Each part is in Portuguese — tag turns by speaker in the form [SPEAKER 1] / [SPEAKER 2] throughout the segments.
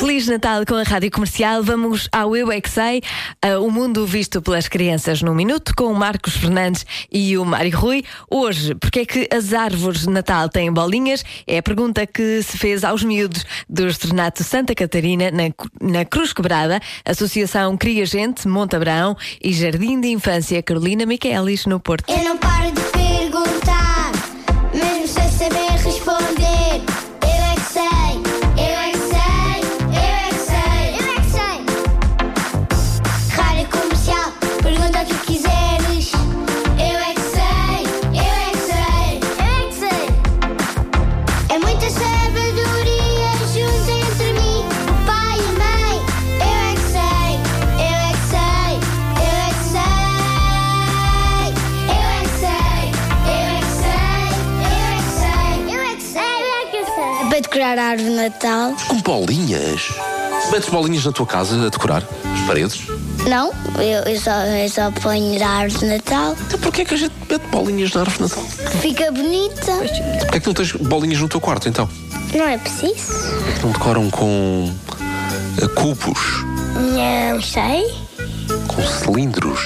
[SPEAKER 1] Feliz Natal com a Rádio Comercial. Vamos ao Eu é que Sei, a o mundo visto pelas crianças num minuto, com o Marcos Fernandes e o Mário Rui. Hoje, porque é que as árvores de Natal têm bolinhas? É a pergunta que se fez aos miúdos do Estrenato Santa Catarina, na, na Cruz Quebrada, Associação Cria Gente, Montabrão e Jardim de Infância Carolina Miquelis, no Porto.
[SPEAKER 2] Eu não paro de perguntar, mesmo sem saber responder. Eu é que sei, eu é que sei, eu é que sei, eu é que sei. Rádio comercial, pergunta o que quiseres. Eu é que sei, eu é que sei, eu é que sei. É muita sabedoria junto entre mim, o pai e a mãe. Eu é que sei, eu é que sei, eu é que sei. Eu é que sei, eu é que sei, eu é que sei, eu é que sei. Para decorar a árvore de Natal?
[SPEAKER 3] Com bolinhas? Metes bolinhas na tua casa a decorar? As paredes?
[SPEAKER 2] Não, eu, eu, só, eu só ponho a árvore de Natal.
[SPEAKER 3] Então porquê é que a gente mete bolinhas na árvore de Natal?
[SPEAKER 2] Fica bonita.
[SPEAKER 3] Porquê é que não tens bolinhas no teu quarto então?
[SPEAKER 2] Não é preciso?
[SPEAKER 3] Porquê é que não decoram com eh, cubos,
[SPEAKER 2] Não sei.
[SPEAKER 3] com cilindros,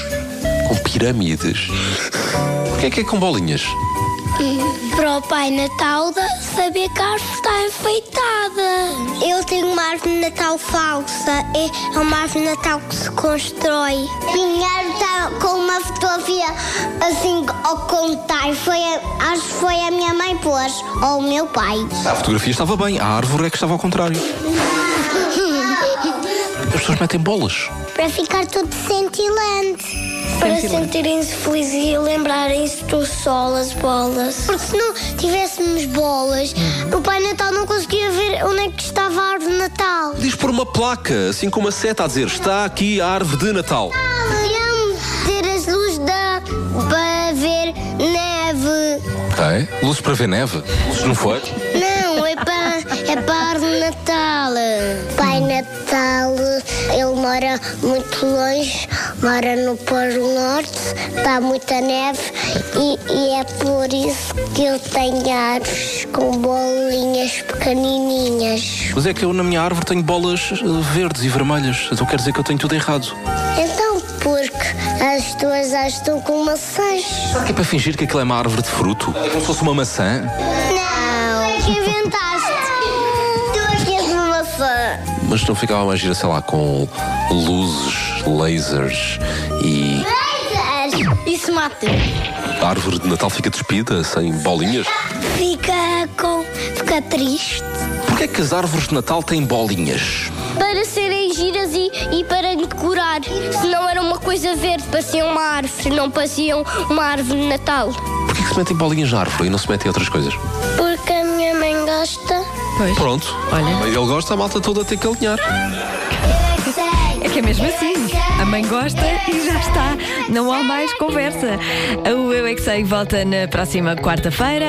[SPEAKER 3] com pirâmides? Porquê é que é com bolinhas?
[SPEAKER 2] Para o Pai Natal saber que a árvore está enfeitada. Eu tenho uma árvore de Natal falsa. É uma árvore de Natal que se constrói. Minha árvore está com uma fotografia assim ao contar. Foi, a- acho que foi a minha mãe pôs, ou o meu pai.
[SPEAKER 3] A fotografia estava bem, a árvore é que estava ao contrário. As pessoas metem bolas.
[SPEAKER 2] Para ficar tudo cintilante. Para sentirem-se felizes e lembrarem-se do sol, as bolas. Porque se não tivéssemos bolas, o Pai Natal não conseguia ver onde é que estava a árvore de Natal.
[SPEAKER 3] Diz por uma placa, assim com uma seta a dizer está aqui a árvore de Natal.
[SPEAKER 2] Queríamos ter as luzes da... para ver neve.
[SPEAKER 3] Tem? Luzes para ver neve? Luzes no fogo?
[SPEAKER 2] Não, é para, é para a árvore de Natal. Pai Natal, ele mora muito longe, mora no Polo Norte, está muita neve e, e é por isso que eu tenho árvores com bolinhas pequenininhas.
[SPEAKER 3] Mas é que eu na minha árvore tenho bolas eh, verdes e vermelhas. Então quer dizer que eu tenho tudo errado.
[SPEAKER 2] Então, porque as tuas árvores estão com maçãs?
[SPEAKER 3] Será que é para fingir que aquilo é uma árvore de fruto? É como se fosse uma maçã?
[SPEAKER 2] Não, tu é que inventaste. Tu é que és uma maçã.
[SPEAKER 3] Mas não ficava mais gira, sei lá, com luzes, lasers e
[SPEAKER 2] Isso mata.
[SPEAKER 3] a árvore de Natal fica despida, sem bolinhas?
[SPEAKER 2] Fica com. fica triste.
[SPEAKER 3] Porquê é que as árvores de Natal têm bolinhas?
[SPEAKER 2] Para serem giras e, e para decorar. Se não era uma coisa verde, parecia uma árvore, não parecia uma árvore de Natal.
[SPEAKER 3] Porquê que se metem bolinhas na árvore e não se metem outras coisas?
[SPEAKER 2] Porque a minha mãe gosta.
[SPEAKER 1] Pois.
[SPEAKER 3] Pronto.
[SPEAKER 1] Olha.
[SPEAKER 3] Mas Ele gosta, a malta toda tem que alinhar.
[SPEAKER 1] É que é mesmo assim. A mãe gosta e já está. Não há mais conversa. O Eu é que Sei volta na próxima quarta-feira.